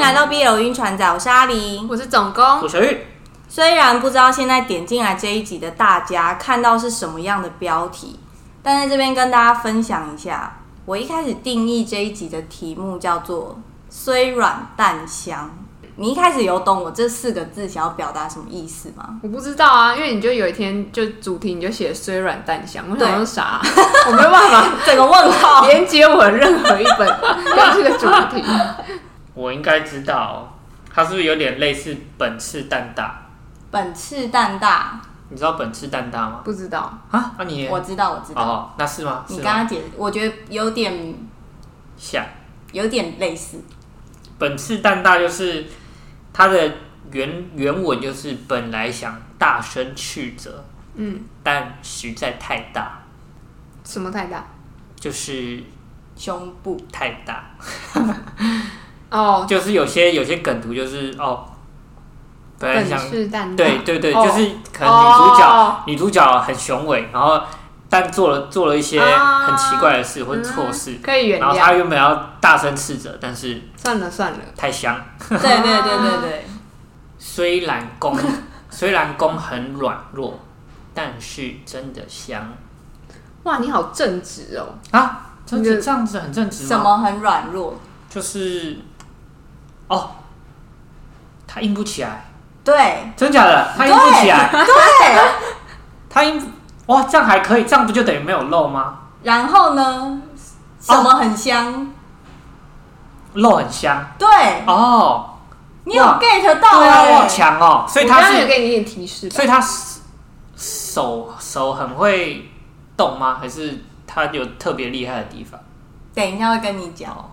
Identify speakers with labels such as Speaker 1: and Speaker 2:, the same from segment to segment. Speaker 1: 来到 BL 晕船仔，我是阿狸。
Speaker 2: 我是总工
Speaker 3: 我，小玉，
Speaker 1: 虽然不知道现在点进来这一集的大家看到是什么样的标题，但在这边跟大家分享一下，我一开始定义这一集的题目叫做“虽软但香”。你一开始有懂我这四个字想要表达什么意思吗？
Speaker 2: 我不知道啊，因为你就有一天就主题你就写虽软但香，我
Speaker 1: 对
Speaker 2: 想说啥 啊、我没有办法
Speaker 1: 整个问号。
Speaker 2: 连接我任何一本跟这个主 题。
Speaker 3: 我应该知道，哦它是不是有点类似本次蛋大？
Speaker 1: 本次蛋大，
Speaker 3: 你知道本次蛋大吗？
Speaker 2: 不知道，
Speaker 3: 啊，那你也
Speaker 1: 我知道，我知道。
Speaker 3: 哦，那是吗？
Speaker 1: 你
Speaker 3: 是
Speaker 1: 刚
Speaker 3: 吗？
Speaker 1: 刚解，我觉得有点
Speaker 3: 想
Speaker 1: 有点类似。
Speaker 3: 本次蛋大就是它的原原文就是本来想大声斥责，
Speaker 2: 嗯，
Speaker 3: 但实在太大，
Speaker 2: 什么太大？
Speaker 3: 就是
Speaker 1: 胸部
Speaker 3: 太大，
Speaker 2: 哦，
Speaker 3: 就是有些有些梗图就是哦，本来
Speaker 2: 本
Speaker 3: 想
Speaker 2: 是蛋大，
Speaker 3: 对对对，
Speaker 2: 哦
Speaker 3: 就是可能女主角、
Speaker 2: 哦
Speaker 3: 女主角很雄伟，然后但做了做了一些
Speaker 2: 啊
Speaker 3: 很奇怪的事或者错事，
Speaker 2: 可以原
Speaker 3: 然后她
Speaker 2: 谅。
Speaker 3: 原本要大声斥责，但是
Speaker 2: 算了算了，
Speaker 3: 太香，
Speaker 1: 对对对对对，
Speaker 3: 虽然弓 虽然弓很软弱，但是真的香
Speaker 2: 哇，你好正直哦。
Speaker 3: 啊！真
Speaker 2: 你
Speaker 3: 的
Speaker 2: 的
Speaker 3: 这样子很正直吗？
Speaker 1: 什么很软弱？
Speaker 3: 就是哦，他硬不起来，
Speaker 1: 对
Speaker 3: 真假的？他硬不起来，
Speaker 1: 对。
Speaker 3: 他硬不哇，这样还可以，这样不就等于没有肉吗？
Speaker 1: 然后呢，什么很香？
Speaker 3: 肉很香
Speaker 1: 对，
Speaker 3: 哦。
Speaker 1: 你有
Speaker 3: 哇
Speaker 1: get 到
Speaker 3: 对啊，我
Speaker 1: 哎、
Speaker 3: 好强哦！所以他
Speaker 2: 我刚刚有
Speaker 3: 是，
Speaker 2: 给你一点提示吧，
Speaker 3: 所以他手手手很会动吗？还是他有特别厉害的地方？
Speaker 1: 等一下会跟你讲，
Speaker 3: 哦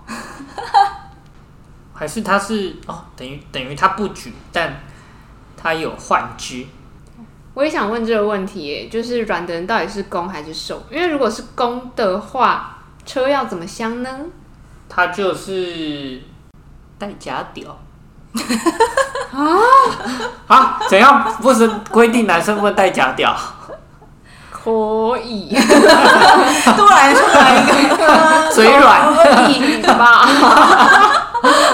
Speaker 3: 还是他是哦，等于等于他不举，但他有幻肢，
Speaker 2: 我也想问这个问题耶，就是软的人到底是攻还是受？因为如果是攻的话，车要怎么香呢？
Speaker 3: 他就是带假屌。啊啊！怎样？不是规定男生不能带假 屌？
Speaker 2: 可以，
Speaker 1: 突然出来一个，
Speaker 3: 嘴软，
Speaker 2: 可以吧？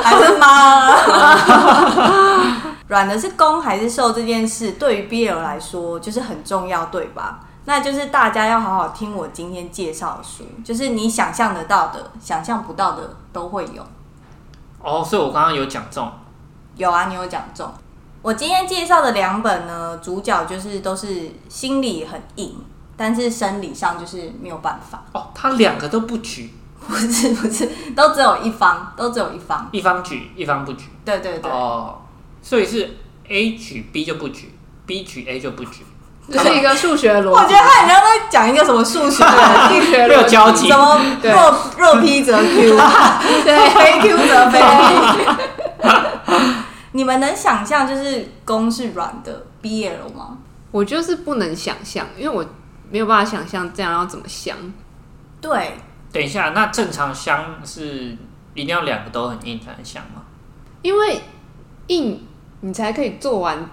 Speaker 1: 还是妈。啊软的是攻还是受这件事，对于 BL 来说就是很重要，对吧？那就是大家要好好听我今天介绍的书，就是你想象得到的、想象不到的都会有。
Speaker 3: 哦，所以我刚刚有讲中，
Speaker 1: 有啊，你有讲中。我今天介绍的两本呢，主角就是都是心理很硬，但是生理上就是没有办法，
Speaker 3: 哦，他两个都不举，
Speaker 1: 不是不是，都只有一方，都只有一方。
Speaker 3: 一方举，一方不举。
Speaker 1: 对对对，
Speaker 3: 哦，所以是 A 举 B 就不举，B 举 A 就不举，
Speaker 2: 这是一个数学的
Speaker 1: 我
Speaker 2: 逻
Speaker 1: 觉
Speaker 2: 辑
Speaker 1: 得，他好像在讲一个什么数学，
Speaker 2: 数学
Speaker 3: 没有
Speaker 2: 逻辑
Speaker 3: 交集
Speaker 1: 什么
Speaker 2: 对
Speaker 1: 若若 P 则 Q，
Speaker 2: 对，
Speaker 1: 非 Q 则 非。你们能想象就是弓是软的 BL 吗？
Speaker 2: 我就是不能想象，因为我没有办法想象这样要怎么香。
Speaker 1: 对，
Speaker 3: 等一下，那正常香是一定要两个都很硬才能香吗？
Speaker 2: 因为硬你才可以做完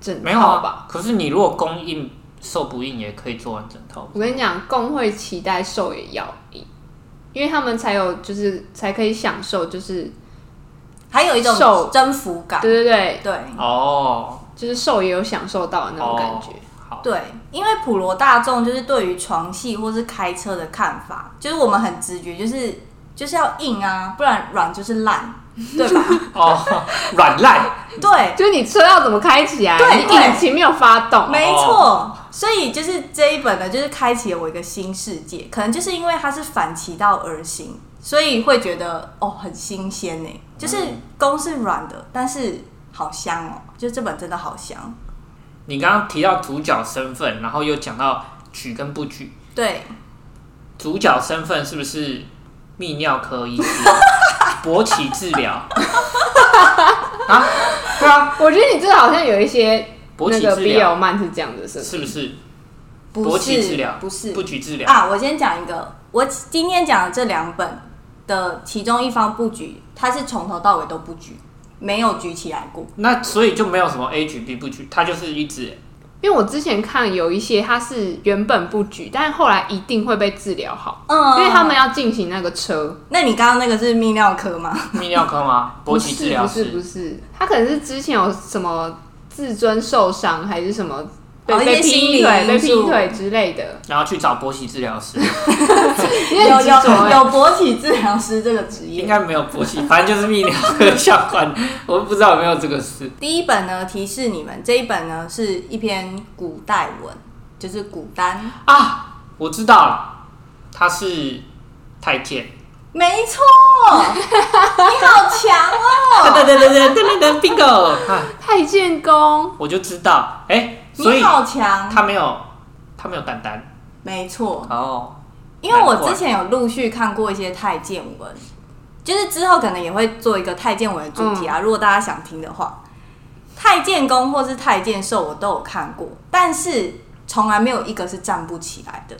Speaker 2: 整
Speaker 3: 没有
Speaker 2: 套吧？
Speaker 3: 啊，可是你如果弓硬受不硬也可以做完整套。
Speaker 2: 我跟你讲，工会期待受也要硬，因为他们才有就是才可以享受，就是
Speaker 1: 还有一种
Speaker 2: 受
Speaker 1: 征服
Speaker 3: 啊
Speaker 1: 感。
Speaker 2: 对对对，
Speaker 1: 对，
Speaker 3: 哦，
Speaker 2: 就是受也有享受到的嗯那种感觉。
Speaker 3: 哦好，
Speaker 1: 对，因为普罗大众就是对于床戏或是开车的看法，就是我们很直觉，就是就是要硬啊，不然软就是烂，对吧？
Speaker 3: 哦， 软烂，
Speaker 1: 对，
Speaker 2: 就是你车要怎么开起来，
Speaker 1: 对
Speaker 2: 你
Speaker 1: 对
Speaker 2: 引擎没有发
Speaker 3: 哦
Speaker 2: 动，
Speaker 1: 没错。所以就是这一本呢，就是开启了我一个新世界，可能就是因为它是反其道而行，所以会觉得哦很新鲜呢、就是
Speaker 3: 嗯
Speaker 1: 弓是软的，但是好香哦，就这本真的好香。
Speaker 3: 你刚刚提到主角身份，然后又讲到举跟不举，
Speaker 1: 对，
Speaker 3: 主角身份是不是泌尿科医师、勃起治疗 啊？对啊，
Speaker 2: 我觉得你这好像有一些
Speaker 3: 勃
Speaker 2: 那
Speaker 3: 起
Speaker 2: 个
Speaker 3: 治
Speaker 2: BL
Speaker 3: 疗
Speaker 2: 漫是这样的，是不是？
Speaker 3: 是不是
Speaker 1: 不
Speaker 3: 勃起
Speaker 1: 是
Speaker 3: 治疗
Speaker 1: 不是
Speaker 3: 不举治疗？
Speaker 1: 啊，我先讲一个，我今天讲的这两本的其中一方不举，它是从头到尾都不举，没有举起来过。
Speaker 3: 那所以就没有什么 A 举 B 不举，它就是一直
Speaker 2: 因为我之前看有一些它是原本不举，但是后来一定会被治疗好，
Speaker 1: 嗯，
Speaker 2: 因为他们要进行那个车。
Speaker 1: 那你刚刚那个是泌尿科吗？
Speaker 3: 泌尿科吗？勃起治疗
Speaker 2: 不是不是
Speaker 3: 师
Speaker 2: 不是，他可能是之前有什么自尊受伤还是什么被、
Speaker 1: 哦一些
Speaker 2: 被
Speaker 1: 心理
Speaker 2: 劈腿、被
Speaker 1: 因素
Speaker 2: 劈腿之类的，
Speaker 3: 然后去找勃起治疗 师，
Speaker 2: 因
Speaker 1: 有
Speaker 2: 为
Speaker 1: 有
Speaker 2: 很执着欸
Speaker 1: 有勃起治疗师这个职业
Speaker 3: 应。该没有勃起，反正就是泌尿科相关， 我不知道有没有这个事。
Speaker 1: 第一本呢提示你们，这一本呢是一篇古代文，就是古丹。
Speaker 3: 啊，我知道了，他是太监。
Speaker 1: 没 错，你好强
Speaker 3: 噔
Speaker 1: 哦！
Speaker 3: 噔噔噔噔噔噔，bingo！啊，
Speaker 2: 太监宫
Speaker 3: 我就知道，哎、所
Speaker 1: 你
Speaker 3: 以
Speaker 1: 好强，
Speaker 3: 他没有，他没有蛋蛋
Speaker 1: 没错，
Speaker 3: 哦。
Speaker 1: 因为我
Speaker 3: 难怪
Speaker 1: 之前有陆续看过一些太监文，就是之后可能也会做一个太监文的主题啊，如果大家想听的话，太监宫或是太监寿我都有看过，但是从来没有一个是站不起来的，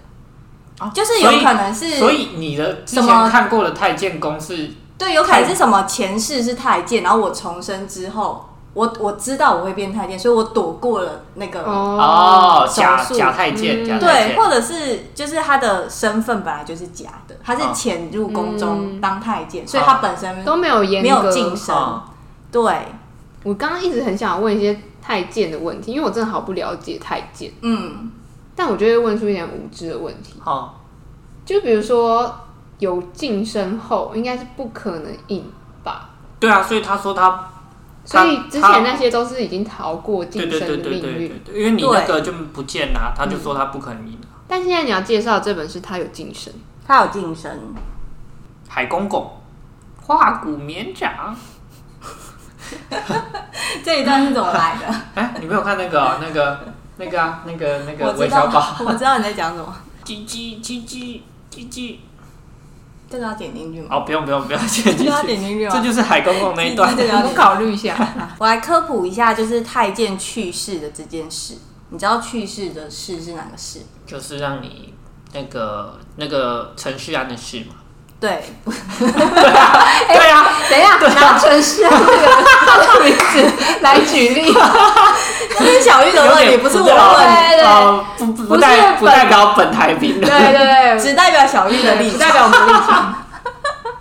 Speaker 3: 啊
Speaker 1: 就是有可能是
Speaker 3: 所以，所以你的之
Speaker 1: 什
Speaker 3: 前
Speaker 1: 么
Speaker 3: 看过的太监宫是
Speaker 1: 对，有可能是什么前世是太监，然后我重生之后，我我知道我会变太监，所以我躲过了那个。
Speaker 2: 哦，
Speaker 3: 哦，
Speaker 1: 手
Speaker 3: 假
Speaker 1: 术
Speaker 3: 假太监，
Speaker 2: 嗯
Speaker 3: 假太
Speaker 1: 对，
Speaker 3: 监。
Speaker 1: 或者是就是他的身份本来就是假的，他是
Speaker 3: 哦
Speaker 1: 潜入宫中
Speaker 2: 嗯
Speaker 1: 当太监，所以他本身
Speaker 2: 都没有严
Speaker 1: 没有
Speaker 2: 格。
Speaker 1: 晋升。
Speaker 3: 哦
Speaker 1: 对，
Speaker 2: 我刚刚一直很想问一些太监的问题，因为我真的好不了解太监，
Speaker 1: 嗯，
Speaker 2: 但我就会问出一点无知的问题，
Speaker 3: 哦，
Speaker 2: 就比如说有晋升后应该是不可能印吧，
Speaker 3: 对啊，所以他说他，
Speaker 2: 所
Speaker 3: 他
Speaker 2: 以之前那些都是已经逃过晋
Speaker 3: 对对对
Speaker 2: 升的
Speaker 3: 对对
Speaker 2: 命
Speaker 3: 对
Speaker 2: 运，，
Speaker 3: 对因为你那个就不见啦，他
Speaker 1: 嗯
Speaker 3: 就说他不可能赢。
Speaker 2: 但现在你要介绍的这本是他有晋 升，
Speaker 1: 他有晋升，
Speaker 3: 海公公，化骨绵掌，
Speaker 1: 这一段是怎么来 的？
Speaker 3: 哎，你没有看那个哦那个那个啊那个那
Speaker 1: 我
Speaker 3: 个
Speaker 1: 知
Speaker 3: 韦
Speaker 1: 道
Speaker 3: 小宝，，
Speaker 1: 我知道你在讲什么，
Speaker 3: 叽叽叽叽叽叽，
Speaker 1: 这个要点进去吗？
Speaker 3: 哦，不用不用 不用，这
Speaker 1: 这个要点进去吗
Speaker 3: 这？就是海公公那一段。
Speaker 1: 对啊
Speaker 2: 我们考虑一下。
Speaker 1: 我来科普一下，就是太监去世的这件事。你知道去世的事是哪个事吗
Speaker 3: 就是让你那个那个陈世安的事 嘛。
Speaker 1: 对，
Speaker 3: 对啊，
Speaker 2: 等一 下，拿陈世安这个他的名字来举例，
Speaker 1: 这是小 玉的问题，不是我的问
Speaker 2: 对对
Speaker 3: 哦，不不不
Speaker 2: 不是
Speaker 3: 代不
Speaker 2: 本
Speaker 3: 代表本台 评
Speaker 2: 对
Speaker 3: 论。
Speaker 1: 嗯
Speaker 2: 对
Speaker 1: 题，
Speaker 2: 对，
Speaker 1: 只代表小玉的立
Speaker 2: 只
Speaker 1: 场。
Speaker 2: 代表我们的立场。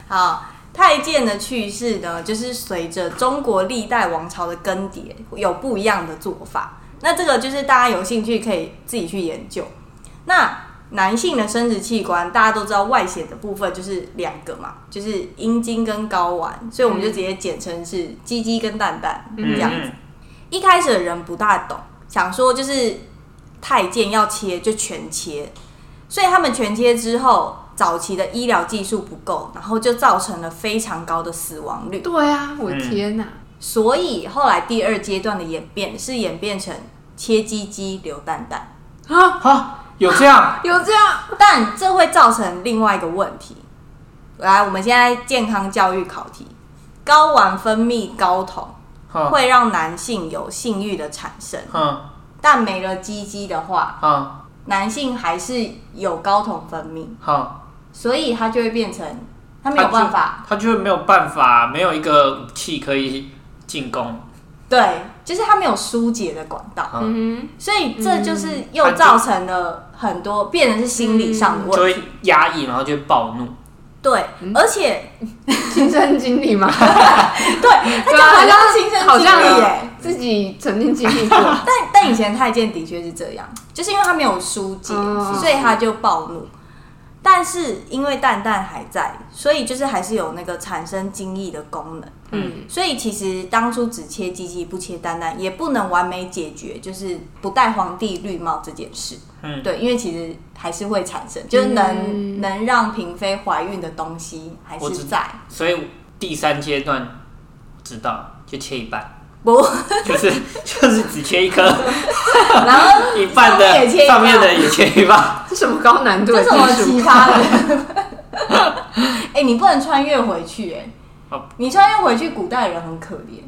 Speaker 1: 好，太监的去世呢，就是随着中国历代王朝的更迭，有不一样的做法。那这个就是大家有兴趣可以自己去研究。那男性的生殖器官，大家都知道外显的部分就是两个嘛，就是阴茎跟睾丸，所以我们就直接简称是鸡鸡跟蛋蛋这样子。
Speaker 3: 嗯，
Speaker 1: 一开始的人不大懂，想说就是太监要切就全切，所以他们全切之后，早期的医疗技术不够，然后就造成了非常高的死亡率。
Speaker 2: 对啊，我天哪！
Speaker 1: 所以后来第二阶段的演变是演变成切鸡鸡留蛋蛋，
Speaker 2: 啊，
Speaker 3: 好，嗯有这样
Speaker 2: 有这样
Speaker 1: 但这会造成另外一个问题。来，我们现在健康教育考题：睾丸分泌睾酮
Speaker 3: 哼
Speaker 1: 会让男性有性欲的产生，
Speaker 3: 哼
Speaker 1: 但没了鸡鸡的话，
Speaker 3: 哼
Speaker 1: 男性还是有睾酮分泌，
Speaker 3: 哼，
Speaker 1: 所以他就会变成他没有办法，
Speaker 3: 他就，他就没有办法，没有一个武器可以进攻，
Speaker 1: 对，就是他没有疏解的管道，
Speaker 3: 嗯
Speaker 2: 嗯
Speaker 1: 所以这就是又造成了很多变成是心理上的
Speaker 2: 嗯
Speaker 3: 就
Speaker 1: 问题，
Speaker 3: 会压抑，然后就会暴怒。
Speaker 1: 对，而且
Speaker 2: 哼，亲身经历嘛，
Speaker 1: 对，他
Speaker 2: 对啊
Speaker 1: 可能
Speaker 2: 他
Speaker 1: 是亲身
Speaker 2: 好
Speaker 1: 经
Speaker 2: 像
Speaker 1: 历耶。
Speaker 2: 自己曾经经历 过。
Speaker 1: 但但以前太监的确是这样，就是因为他没有疏解，
Speaker 2: 嗯
Speaker 1: 所以他就暴怒。但是因为蛋蛋还在，所以就是还是有那个产生精液的功能。
Speaker 2: 嗯，
Speaker 1: 所以其实当初只切鸡鸡不切蛋蛋，也不能完美解决就是不戴皇帝绿帽这件事。
Speaker 3: 嗯
Speaker 1: 对，因为其实还是会产生，就是能、
Speaker 2: 嗯
Speaker 1: 能让嫔妃怀孕的东西还
Speaker 3: 我
Speaker 1: 是
Speaker 3: 知
Speaker 1: 在。
Speaker 3: 所以第三阶段我知道了就切一半，
Speaker 1: 不，
Speaker 3: 就是 就是只切一颗，
Speaker 1: 然后
Speaker 3: 一半
Speaker 1: 上面也切
Speaker 3: 的
Speaker 1: 一半
Speaker 3: 上面的也切一半。
Speaker 2: 这什么高难度
Speaker 1: 这
Speaker 2: 的
Speaker 1: 什么
Speaker 2: 技术
Speaker 1: 奇？葩的？ 哎、你不能穿越回去哎、
Speaker 3: 哦
Speaker 1: 你穿越回去，古代人很可怜。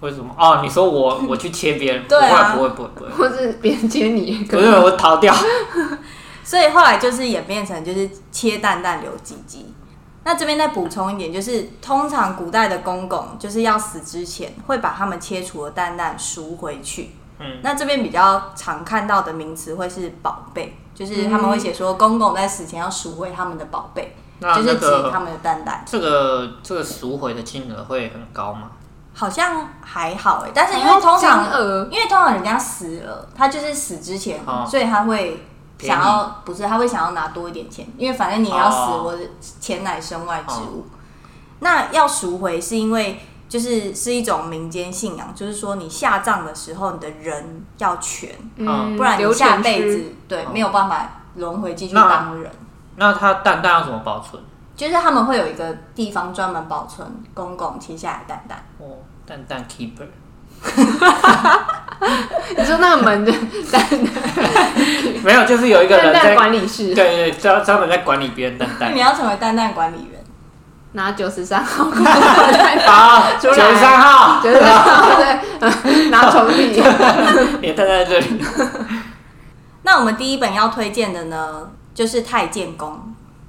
Speaker 3: 为什么？哦，你说我我去切别人？
Speaker 1: 对啊
Speaker 3: 不会不会不会不
Speaker 2: 或是别人接你也
Speaker 3: 会，
Speaker 2: 可
Speaker 3: 不
Speaker 2: 以
Speaker 3: 是我 逃掉。
Speaker 1: 所以后来就是演变成就是切蛋蛋留鸡鸡。那这边再补充一点，就是通常古代的公公就是要死之前会把他们切除的蛋蛋赎回去，
Speaker 3: 嗯，
Speaker 1: 那这边比较常看到的名词会是宝贝，就是他们
Speaker 3: 嗯
Speaker 1: 会写说公公在死前要赎回他们的宝贝，
Speaker 3: 那
Speaker 1: 就是
Speaker 3: 啊那
Speaker 1: 指他
Speaker 3: 个
Speaker 1: 们的蛋蛋。
Speaker 3: 这个这个赎回的金额会很高吗？
Speaker 1: 好像还好哎、但是因为通常
Speaker 2: 金额
Speaker 1: 因为通常人家死了，他就是死之前，
Speaker 3: 哦
Speaker 1: 所以他会想要不是他会想要拿多一点钱，因为反正你也要死，
Speaker 3: 哦
Speaker 1: 我的钱乃身外之物。那要赎回是因为就是是一种民间信仰，就是说你下葬的时候你的人要全，
Speaker 3: 嗯
Speaker 2: 嗯，
Speaker 1: 不然
Speaker 2: 留
Speaker 1: 你下辈
Speaker 2: 子
Speaker 1: 子对
Speaker 3: 哦
Speaker 1: 没有办法轮回继续
Speaker 3: 那
Speaker 1: 当人。
Speaker 3: 那它蛋蛋要怎么保存？
Speaker 1: 就是他们会有一个地方专门保存公公切下来的蛋蛋。
Speaker 3: 哦，蛋蛋 keeper，
Speaker 2: 你说那个 门的
Speaker 3: 没有，就是有一个
Speaker 2: 蛋
Speaker 3: 人
Speaker 2: 蛋
Speaker 3: 在，
Speaker 2: 管理
Speaker 3: 对
Speaker 2: 室
Speaker 3: 对，对专专门在管理别人蛋蛋
Speaker 1: 你。要成为蛋蛋管理员。
Speaker 2: 拿九十三号公仔 蛋蛋，
Speaker 3: 好，
Speaker 2: 出
Speaker 3: 九
Speaker 2: 来
Speaker 3: 十 三号，
Speaker 2: 九十三号对，拿虫 笔，
Speaker 3: 你的蛋蛋在这里。
Speaker 1: 那我们第一本要推荐的呢，就是《太监公》，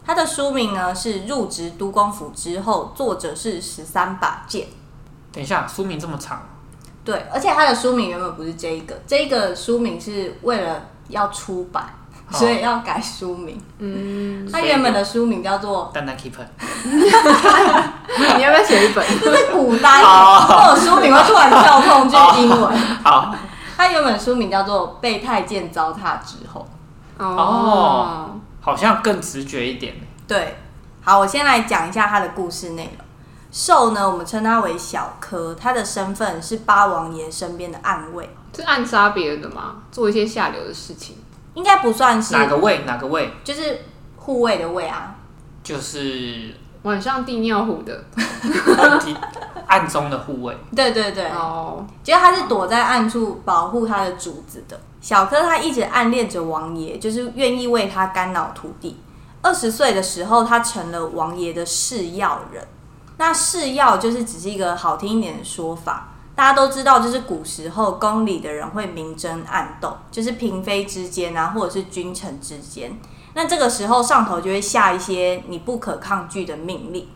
Speaker 1: 它的书名呢是《入职都公府之后》，作者是十三把剑。
Speaker 3: 等一下，书名这么长，
Speaker 1: 对，而且它的书名原本不是这一个，这一个书名是为了要出版，
Speaker 3: 哦
Speaker 1: 所以要改书名。
Speaker 2: 嗯，
Speaker 1: 它原本的书名叫 做
Speaker 3: 蛋蛋 keeper，
Speaker 2: 你要不要写一本？
Speaker 1: 这是古代，
Speaker 3: 哦
Speaker 1: 这种书名会突然跳痛去英文。
Speaker 3: 好，
Speaker 1: 它原本书名叫做《被太监糟蹋之后》。
Speaker 3: 哦，好像更直觉一点。
Speaker 1: 对，好，我先来讲一下他的故事内容。寿呢，我们称他为小柯，他的身份是八王爷身边的暗卫，
Speaker 2: 是暗杀别人的吗？做一些下流的事情，
Speaker 1: 应该不算是，
Speaker 3: 哪个位？哪个位？
Speaker 1: 就是护卫的卫啊。
Speaker 3: 就是
Speaker 2: 晚上递尿壶的
Speaker 3: 暗中的护卫。
Speaker 1: 对对对，
Speaker 2: 哦，
Speaker 1: 就是他是躲在暗处保护他的主子的。小柯他一直暗恋着王爷，就是愿意为他肝脑涂地。二十岁的时候，他成了王爷的侍药人。那侍药就是只是一个好听一点的说法，大家都知道，就是古时候宫里的人会明争暗斗，就是嫔妃之间啊，或者是君臣之间。那这个时候上头就会下一些你不可抗拒的命令，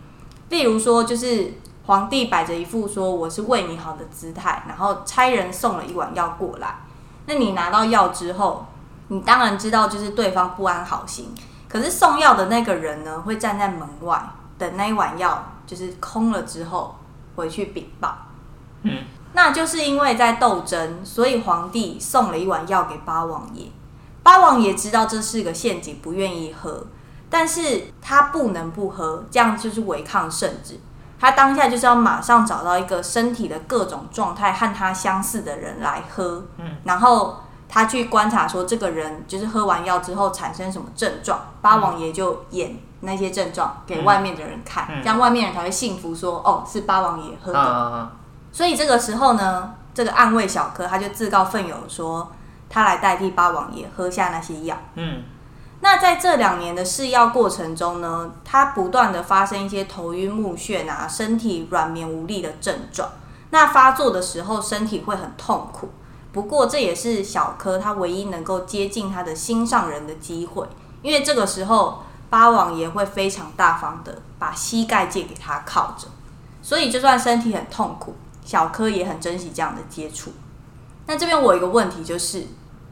Speaker 1: 例如说就是皇帝摆着一副说我是为你好的姿态，然后差人送了一碗药过来。那你拿到药之后，你当然知道就是对方不安好心，可是送药的那个人呢，会站在门外等那一碗药就是空了之后回去禀报。
Speaker 3: 嗯，
Speaker 1: 那就是因为在斗争，所以皇帝送了一碗药给八王爷。八王爷知道这是个陷阱，不愿意喝，但是他不能不喝，这样就是违抗圣旨。他当下就是要马上找到一个身体的各种状态和他相似的人来喝，
Speaker 3: 嗯，
Speaker 1: 然后他去观察说这个人就是喝完药之后产生什么症状，八王爷就演那些症状给外面的人看，
Speaker 3: 嗯
Speaker 1: 这样外面人才会信服说哦是八王爷
Speaker 2: 嗯
Speaker 1: 喝的。
Speaker 3: 啊，
Speaker 1: 所以这个时候呢，这个暗卫小柯他就自告奋勇说，他来代替八王爷喝下那些药。
Speaker 3: 嗯，
Speaker 1: 那在这两年的试药过程中呢，他不断的发生一些头晕目眩啊、身体软绵无力的症状。那发作的时候，身体会很痛苦。不过这也是小柯他唯一能够接近他的心上人的机会，因为这个时候八王爷会非常大方的把膝盖借给他靠着，所以就算身体很痛苦，小柯也很珍惜这样的接触。那这边我有一个问题就是，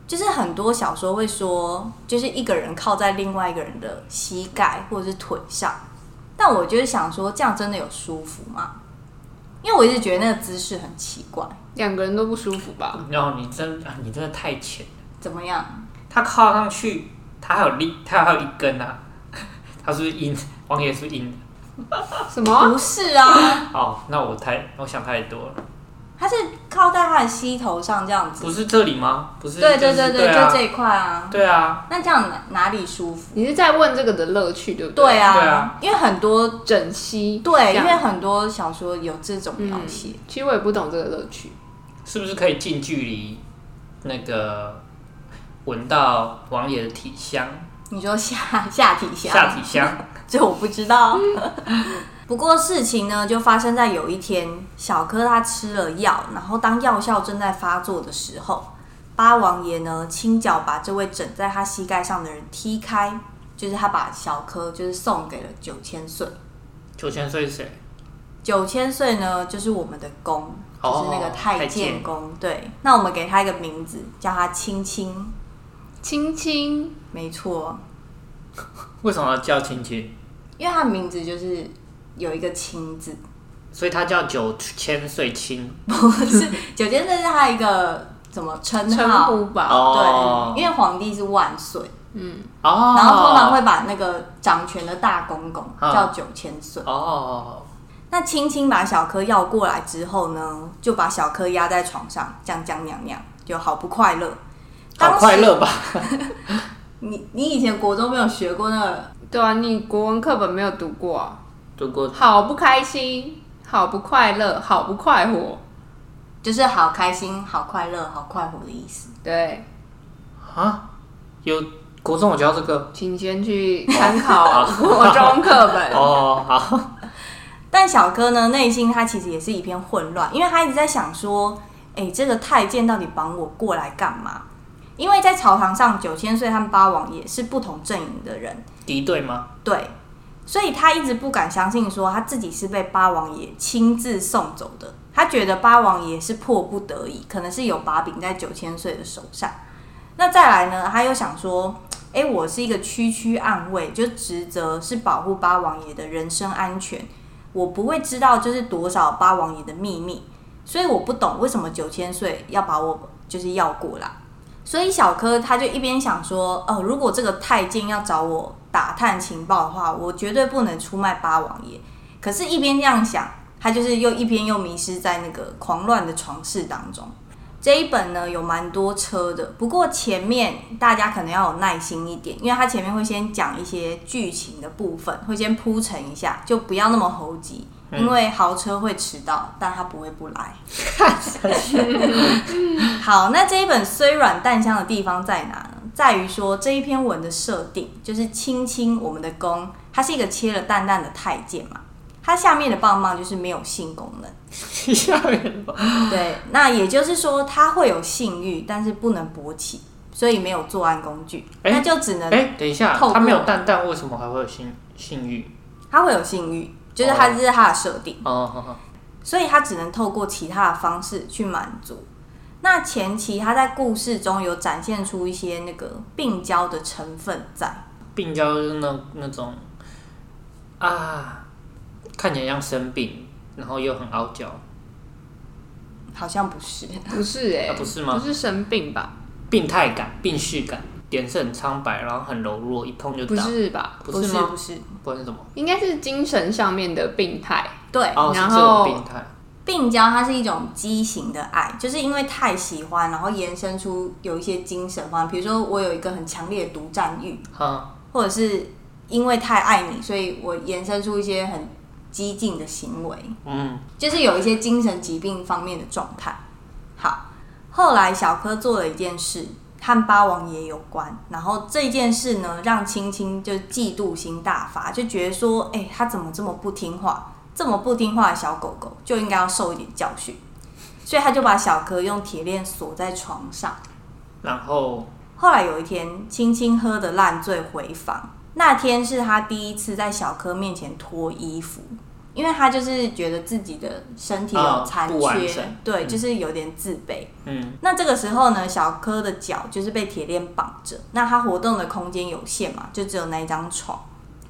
Speaker 1: 就是很多小说会说，就是一个人靠在另外一个人的膝盖或者是腿上，但我就是想说，这样真的有舒服吗？因为我一直觉得那个姿势很奇怪，
Speaker 2: 两个人都不舒服吧？
Speaker 3: 然后你真啊你真的太浅，
Speaker 1: 怎么样？
Speaker 3: 他靠上去，他还有力，他还有一根啊， 他是不是阴？王爷是不是阴的？
Speaker 2: 什么？
Speaker 1: 不是啊，
Speaker 3: 哦，那我太我想太多了，
Speaker 1: 他是靠在他的膝头上这样
Speaker 3: 不
Speaker 1: 子，
Speaker 3: 是这里吗？不是，
Speaker 1: 对对
Speaker 3: 就
Speaker 1: 对
Speaker 3: 是
Speaker 1: 对，
Speaker 3: 对啊
Speaker 1: 就这一块啊。
Speaker 3: 对啊，
Speaker 1: 那这样哪哪里舒服？
Speaker 2: 你是在问这个的乐趣，对不对？
Speaker 1: 对啊，
Speaker 3: 对啊
Speaker 1: 因为很多
Speaker 2: 枕席
Speaker 1: 对，
Speaker 2: 这
Speaker 1: 因
Speaker 2: 样
Speaker 1: 为很多小说有这种描写。
Speaker 3: 嗯
Speaker 2: 其实我也不懂这个乐趣，
Speaker 3: 是不是可以近距离那个闻到王爷的体香、
Speaker 1: 你说下下体下
Speaker 3: 下体香？
Speaker 1: 这我不知道。不过事情呢，就发生在有一天，小柯他吃了药，然后当药效正在发作的时候，八王爷呢轻脚把这位枕在他膝盖上的人踢开，就是他把小柯就是送给了九千岁。
Speaker 3: 九千岁是谁？
Speaker 1: 九千岁呢，就是我们的公，就是那个
Speaker 3: 哦
Speaker 1: 太监宫。对，那我们给他一个名字，叫他青青。
Speaker 2: 青青
Speaker 1: 没错，
Speaker 3: 为什么要叫青青？
Speaker 1: 因为他的名字就是有一个“青”字，
Speaker 3: 所以它叫九千岁青
Speaker 1: 不是九千岁是他一个怎么称
Speaker 2: 称
Speaker 1: 号？
Speaker 2: 呼吧，
Speaker 3: 哦
Speaker 1: 对，因为皇帝是万岁，
Speaker 3: 哦，
Speaker 1: 然后通常会把那个掌权的大公公
Speaker 3: 嗯
Speaker 1: 叫九千岁。
Speaker 3: 哦，
Speaker 1: 那青青把小柯要过来之后呢，就把小柯压在床上，讲讲娘娘，就好不快乐。当
Speaker 3: 好
Speaker 1: 时
Speaker 3: 快乐吧？
Speaker 1: 你你以前国中没有学过那个？
Speaker 2: 对啊，你国文课本没有读过啊，
Speaker 3: 如果
Speaker 2: 好不开心，好不快乐，好不快活，
Speaker 1: 就是好开心、好快乐、好快活的意思。
Speaker 2: 对，
Speaker 3: 啊，有国中我教这个
Speaker 2: 请先去参考国中课本。
Speaker 3: 哦，好，
Speaker 1: 但小柯呢，内心他其实也是一片混乱，因为他一直在想说，哎、这个太监到底绑我过来干嘛？因为在朝堂上，九千岁和八王也是不同阵营的人，
Speaker 3: 敌 对吗？
Speaker 1: 对，所以他一直不敢相信说他自己是被八王爷亲自送走的。他觉得八王爷是迫不得已，可能是有把柄在九千岁的手上。那再来呢，他又想说，诶，我是一个区区暗卫，就职责是保护八王爷的人身安全，我不会知道就是多少八王爷的秘密，所以我不懂为什么九千岁要把我就是要过来。所以小柯他就一边想说，哦，如果这个太监要找我打探情报的话，我绝对不能出卖八王爷。可是，一边这样想，他就是又一边又迷失在那个狂乱的床事当中。这一本呢有蛮多车的，不过前面大家可能要有耐心一点，因为它前面会先讲一些剧情的部分，会先铺陈一下，就不要那么猴急，因为豪车会迟到，但他不会不来。好，那这一本虽软但香的地方在哪呢？在于说这一篇文的设定，就是青青我们的公，它是一个切了蛋蛋的太监嘛，它下面的棒棒就是没有性功能。
Speaker 3: 下面吧，
Speaker 1: 对，那也就是说它会有性欲，但是不能勃起，所以没有作案工具，
Speaker 3: 哎
Speaker 1: 那就只能
Speaker 3: 哎，等一下，
Speaker 1: 透过
Speaker 3: 他没有蛋蛋，为什么还会有性性欲？
Speaker 1: 它会有性欲，就是它这是它的设定。
Speaker 3: 哦，好好
Speaker 1: 所以他只能透过其他的方式去满足。那前期他在故事中有展现出一些那个病娇的成分在，
Speaker 3: 病娇就是那那种啊，看起来像生病，然后又很傲娇，
Speaker 1: 好像不是，
Speaker 2: 不是哎、
Speaker 3: 啊不是吗
Speaker 2: 不是生病吧？
Speaker 3: 病态感、病逝感，脸色很苍白，然后很柔弱，一碰就
Speaker 2: 不
Speaker 3: 打，
Speaker 2: 是吧？
Speaker 3: 不是
Speaker 1: 是
Speaker 3: 吗？
Speaker 1: 不是，
Speaker 3: 不然是什么？
Speaker 2: 应该是精神上面的病态。
Speaker 1: 对，
Speaker 3: 哦，是
Speaker 2: 然
Speaker 3: 这
Speaker 2: 后
Speaker 3: 种病态，
Speaker 1: 病娇它是一种畸形的爱，就是因为太喜欢，然后延伸出有一些精神方面，比如说我有一个很强烈的独占欲，
Speaker 3: 哈，
Speaker 1: 或者是因为太爱你，所以我延伸出一些很激进的行为。
Speaker 3: 嗯，
Speaker 1: 就是有一些精神疾病方面的状态。好，后来小柯做了一件事，和八王爷有关，然后这件事呢，让青青就嫉妒心大发，就觉得说，哎、他怎么这么不听话？这么不听话的小狗狗就应该要受一点教训，所以他就把小柯用铁链锁在床上。
Speaker 3: 然后
Speaker 1: 后来有一天，青青喝得烂醉回房，那天是他第一次在小柯面前脱衣服，因为他就是觉得自己的身体有
Speaker 3: 哦
Speaker 1: 残
Speaker 3: 不完
Speaker 1: 缺，
Speaker 3: 整
Speaker 1: 对，
Speaker 3: 嗯
Speaker 1: 就是有点自卑。
Speaker 3: 嗯，
Speaker 1: 那这个时候呢，小柯的脚就是被铁链绑着，那他活动的空间有限嘛，就只有那一张床。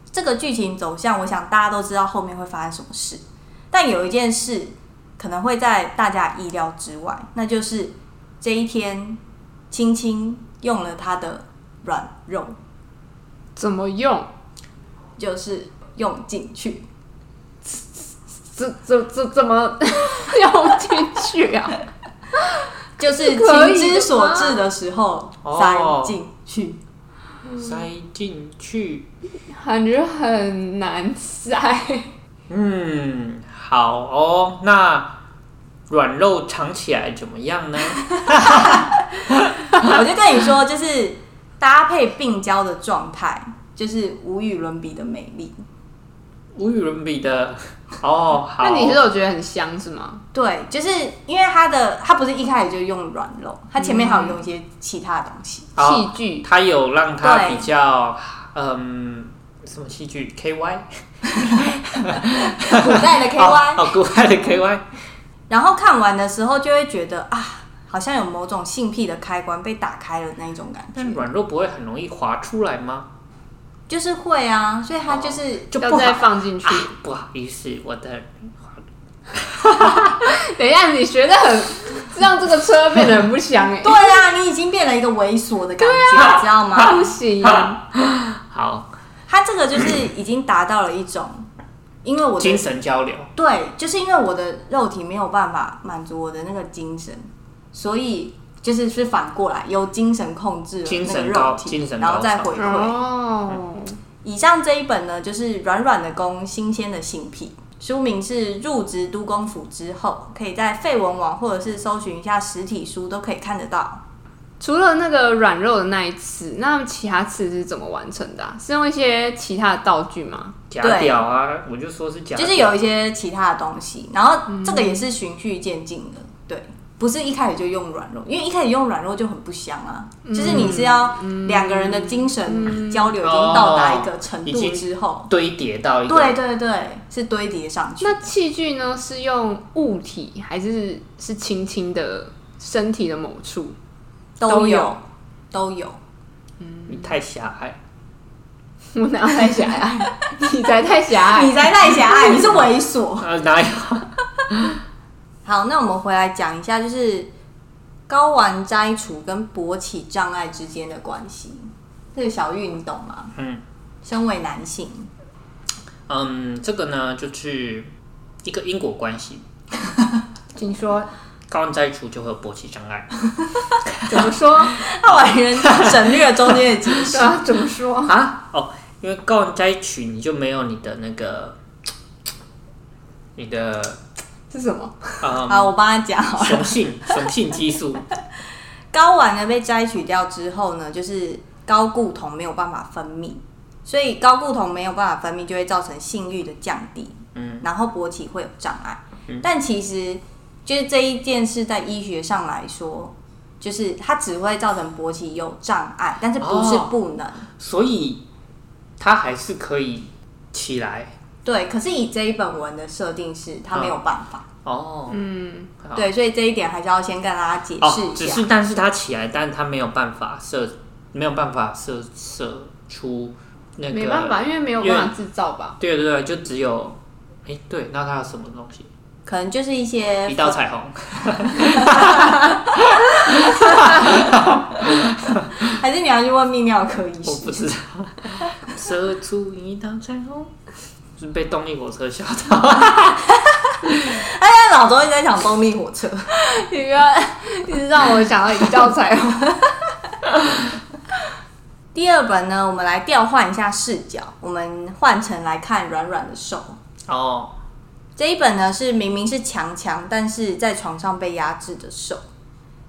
Speaker 1: 这个剧情走向，我想大家都知道后面会发生什么事，但有一件事可能会在大家意料之外，那就是这一天，青青用了他的软肉，
Speaker 2: 怎么用？
Speaker 1: 就是用进去。
Speaker 2: 怎怎怎怎么 用进去啊？
Speaker 1: 就是
Speaker 2: 可以
Speaker 1: 情之
Speaker 2: 的
Speaker 1: 所
Speaker 2: 吗
Speaker 1: 至的时候
Speaker 3: 哦
Speaker 1: 塞进去，
Speaker 3: 塞进去，
Speaker 2: 感觉很难塞。
Speaker 3: 嗯，好哦，那软肉尝起来怎么样呢？
Speaker 1: 我就跟你说，就是搭配病娇的状态，就是无与伦比的美丽。
Speaker 3: 无与伦比的哦，好，
Speaker 2: 那你是有觉得很香是吗？
Speaker 1: 对，就是因为它的它不是一开始就用软肉，它前面还有用一些其他的东西。
Speaker 2: 戏
Speaker 3: 好，
Speaker 2: 剧
Speaker 3: 它有让它
Speaker 1: 对
Speaker 3: 比较嗯。什么戏剧？K Y
Speaker 1: 古代的 K Y，
Speaker 3: 哦哦，古代的 K Y，
Speaker 1: 然后看完的时候就会觉得啊，好像有某种性癖的开关被打开了那一种感
Speaker 3: 但
Speaker 1: 觉，
Speaker 3: 软弱不会很容易滑出来吗？
Speaker 1: 就是会啊，所以他就是、
Speaker 3: 就
Speaker 2: 要
Speaker 3: 不
Speaker 2: 再
Speaker 3: 好，啊
Speaker 2: 放进去。
Speaker 3: 不好意思，我的
Speaker 2: 等一下，你学的很，让这个车变得很不香 哎、
Speaker 1: 对啊，你已经变了一个猥琐的感觉，你知道吗？
Speaker 2: 不行啊，
Speaker 3: 好
Speaker 1: 他这个就是已经达到了一种，因为我的
Speaker 3: 精神交流，
Speaker 1: 对，就是因为我的肉体没有办法满足我的那个精神，所以就是是反过来由精神控制了
Speaker 3: 精
Speaker 1: 那个
Speaker 3: 神
Speaker 1: 肉
Speaker 3: 高
Speaker 1: 体，
Speaker 3: 精神
Speaker 1: 然后
Speaker 3: 高
Speaker 1: 再
Speaker 3: 潮
Speaker 1: 回馈。
Speaker 2: 哦，
Speaker 1: 以上这一本呢，就是软软的弓，新鲜的性癖。书名是《入职都公府之后》，可以在废文网或者是搜寻一下实体书都可以看得到。
Speaker 2: 除了那个软肉的那一次，那其他次是怎么完成的、啊？是用一些其他的道具吗？
Speaker 3: 假
Speaker 1: 对
Speaker 3: 屌啊，我就说是假屌，
Speaker 1: 就是有一些其他的东西，然后这个也是循序渐进的，对，不是一开始就用软弱，因为一开始用软弱就很不香啊，就是你是要两个人的精神交流已经到达一个程
Speaker 3: 已
Speaker 1: 度
Speaker 3: 经
Speaker 1: 之后，
Speaker 3: 堆叠到一个
Speaker 1: 对对对，是堆叠上去。
Speaker 2: 那器具呢？是用物体还是是轻轻的身体的某处？
Speaker 1: 都
Speaker 2: 都
Speaker 1: 有
Speaker 2: 有
Speaker 1: 都有，
Speaker 3: 你太狭隘，
Speaker 2: 我哪有太狭隘？ 你才太狭隘！
Speaker 1: 你才太狭隘，你是猥琐。
Speaker 3: 啊哪有？
Speaker 1: 好，那我们回来讲一下，就是睾丸摘除跟勃起障碍之间的关系。这个小玉你懂吗？
Speaker 3: 嗯
Speaker 1: 身为男性，
Speaker 3: 嗯，这个呢就是一个因果关系，
Speaker 2: 请说，
Speaker 3: 高温摘除就会有勃起障碍
Speaker 2: 怎么说？
Speaker 1: 他完全省略了中间的解释。
Speaker 2: 对啊，怎么说？
Speaker 3: 啊哦，因为高温摘除你就没有你的那个你的
Speaker 2: 是什么？
Speaker 3: 嗯
Speaker 1: 好，我帮他讲好了。
Speaker 3: 雄性雄性激素，
Speaker 1: 睾丸呢被摘取掉之后呢，就是睾固酮没有办法分泌，所以睾固酮没有办法分泌，就会造成性欲的降低，
Speaker 3: 嗯，
Speaker 1: 然后勃起会有障碍。但其实就是这一件事在医学上来说，就是它只会造成勃起有障碍，但是不是
Speaker 3: 哦
Speaker 1: 不能。
Speaker 3: 所以它还是可以起来
Speaker 1: 对，可是以这一本文的设定是，它没有办法。
Speaker 3: 哦。
Speaker 2: 嗯，
Speaker 3: 好
Speaker 1: 对，所以这一点还是要先跟大家解释
Speaker 3: 哦，
Speaker 1: 一
Speaker 3: 只
Speaker 1: 下。
Speaker 3: 是但是它起来，但它没有办法射，没有办法射射出那个，
Speaker 2: 没办法，因为没有办法制造吧。
Speaker 3: 对对对，就只有，哎、对，那它有什么东西？
Speaker 1: 可能就是一些
Speaker 3: 一道彩虹，
Speaker 1: 还是你要去问泌尿科医
Speaker 3: 我
Speaker 1: 师？
Speaker 3: 不知道，射出一道彩虹，是被动力火车吓 到。
Speaker 1: 哎呀，老周一直在讲动力火车。
Speaker 2: 你不要一直让我想到一道哦彩虹。
Speaker 1: 第二本呢，我们来调换一下视角，我们换成来看软软的手。
Speaker 3: 哦，
Speaker 1: 这一本呢是明明是强强，但是在床上被压制的手。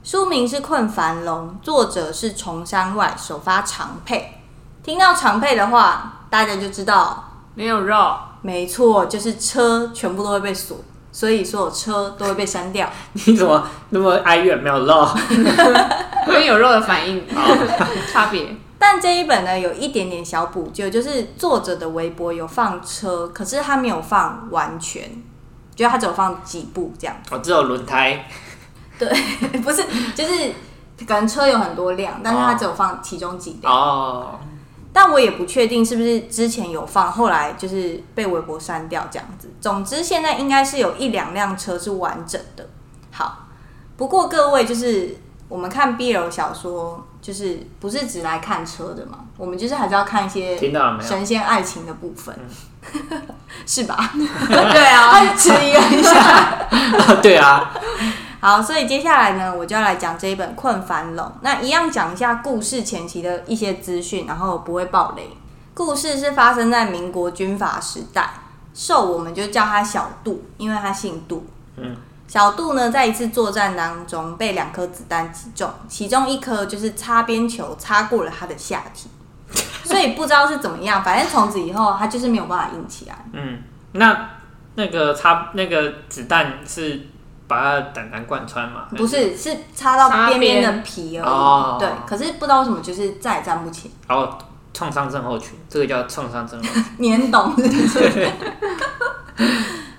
Speaker 1: 书名是《困樊笼》，作者是崇山外，首发长佩。听到长佩的话，大家就知道，
Speaker 2: 没有 肉，
Speaker 1: 没错，就是车全部都会被锁，所以所有车都会被删掉。
Speaker 3: 你怎么那么哀怨没有漏？
Speaker 2: 跟有肉的反应 差别。
Speaker 1: 但这一本呢，有一点点小补救，就是作者的微博有放车，可是他没有放完全，就是他只有放几步这样。
Speaker 3: 我只有轮胎，
Speaker 1: 对，不是，就是可能车有很多辆，但是他只有放其中几辆。
Speaker 3: 哦，
Speaker 1: 但我也不确定是不是之前有放，后来就是被微博删掉这样子。总之，现在应该是有一两辆车是完整的。好，不过各位就是我们看 BL 小说，就是不是只来看车的嘛？我们就是还是要看一些
Speaker 3: 听到了没有？
Speaker 1: 神仙爱情的部分， 是吧？对啊，他迟疑了一下。
Speaker 3: 对啊，
Speaker 1: 好，所以接下来呢，我就要来讲这一本《困樊笼》。那一样讲一下故事前期的一些资讯，然后不会爆雷。故事是发生在民国军阀时代，寿我们就叫他小杜，因为他姓杜。
Speaker 3: 嗯，
Speaker 1: 小杜呢，在一次作战当中被两颗子弹击中，其中一颗就是擦边球擦过了他的下体，所以不知道是怎么样，反正从此以后他就是没有办法硬起来。
Speaker 3: 嗯，那那个插那个子弹是把他的胆囊贯穿吗？
Speaker 1: 不是，是擦到边边的皮而已。
Speaker 3: 哦
Speaker 1: 对，可是不知道为什么，就是再也站不起
Speaker 3: 然后创伤症候群，这个叫创伤症候群。
Speaker 1: 来，你很懂是不是？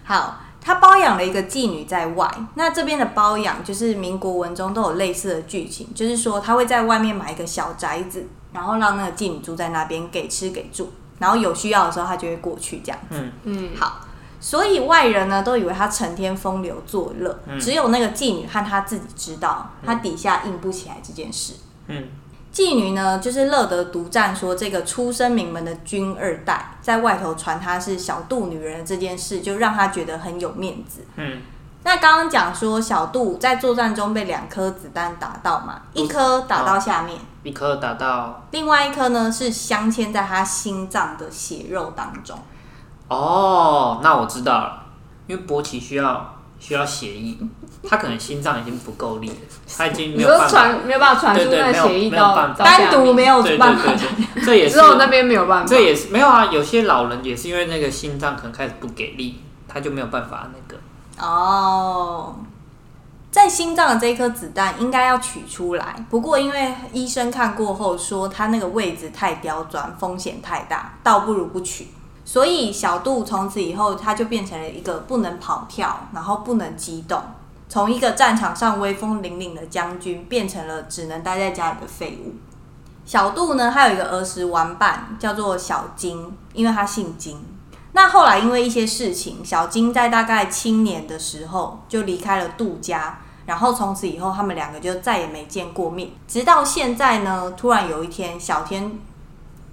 Speaker 1: 好，他包养了一个妓女在外。那这边的包养就是民国文中都有类似的剧情，就是说他会在外面买一个小宅子，然后让那个妓女住在那边，给吃给住，然后有需要的时候他就会过去这样。
Speaker 3: 嗯，
Speaker 2: 嗯，
Speaker 1: 好，所以外人呢都以为他成天风流作乐，
Speaker 3: 嗯
Speaker 1: 只有那个妓女和他自己知道，他底下硬不起来这件事。
Speaker 3: 嗯，
Speaker 1: 妓女呢就是乐得独占，说这个出身名门的军二代在外头传她是小肚女人的这件事，就让她觉得很有面子。
Speaker 3: 嗯，
Speaker 1: 那刚刚讲说小肚在作战中被两颗子弹打到嘛，
Speaker 3: 嗯
Speaker 1: 一颗打到下面，
Speaker 3: 一颗打到
Speaker 1: 另外一颗呢是镶嵌在她心脏的血肉当中。
Speaker 3: 哦，那我知道了，因为勃起需要需要血液，他可能心脏已经不够力了，他已经没
Speaker 2: 你
Speaker 3: 有
Speaker 2: 说
Speaker 3: 办法，
Speaker 2: 传没有办法传出
Speaker 3: 对对
Speaker 2: 那
Speaker 3: 没有
Speaker 2: 协议
Speaker 3: 没有
Speaker 2: 到
Speaker 3: 办法
Speaker 2: 到
Speaker 1: 单独没
Speaker 2: 有，
Speaker 1: 有
Speaker 3: 对对
Speaker 1: 办法
Speaker 3: 对对，这也是
Speaker 2: 只有那边没有办法
Speaker 3: 这。也是没有啊，有些老人也是因为那个心脏可能开始不给力，他就没有办法那个。
Speaker 1: 哦，在心脏的这一颗子弹应该要取出来，不过因为医生看过后说他那个位置太刁钻，风险太大，倒不如不取。所以小杜从此以后，他就变成了一个不能跑跳，然后不能激动，从一个战场上威风凛凛的将军，变成了只能待在家里的废物。小杜呢，还有一个儿时玩伴叫做小金，因为他姓金。那后来因为一些事情，小金在大概青年的时候就离开了杜家，然后从此以后他们两个就再也没见过面。直到现在呢，突然有一天，小天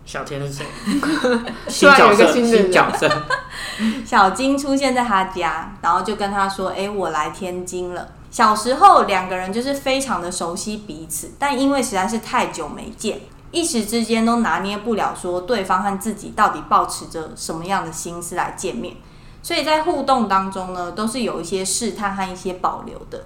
Speaker 3: 小天是谁？
Speaker 2: 突然有
Speaker 3: 角
Speaker 2: 一个
Speaker 3: 色，
Speaker 2: 新的人
Speaker 3: 新角色。
Speaker 1: 小金出现在他家，然后就跟他说：“哎、我来天津了。”小时候两个人就是非常的熟悉彼此，但因为实在是太久没见，一时之间都拿捏不了说对方和自己到底保持着什么样的心思来见面，所以在互动当中呢，都是有一些试探和一些保留的。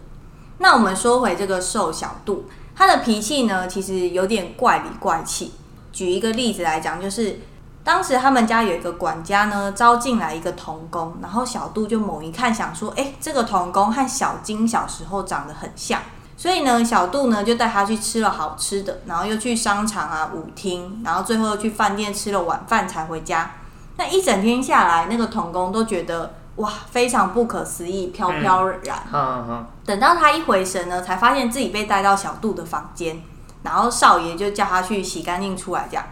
Speaker 1: 那我们说回这个瘦小度，他的脾气呢，其实有点怪里怪气。举一个例子来讲，就是当时他们家有一个管家呢，招进来一个童工，然后小杜就猛一看，想说，哎、这个童工和小金小时候长得很像，所以呢，小杜呢就带他去吃了好吃的，然后又去商场啊、舞厅，然后最后又去饭店吃了晚饭才回家。那一整天下来，那个童工都觉得哇，非常不可思议，飘飘然。
Speaker 3: 嗯嗯，
Speaker 1: 等到他一回神呢，才发现自己被带到小杜的房间，然后少爷就叫他去洗干净出来这样。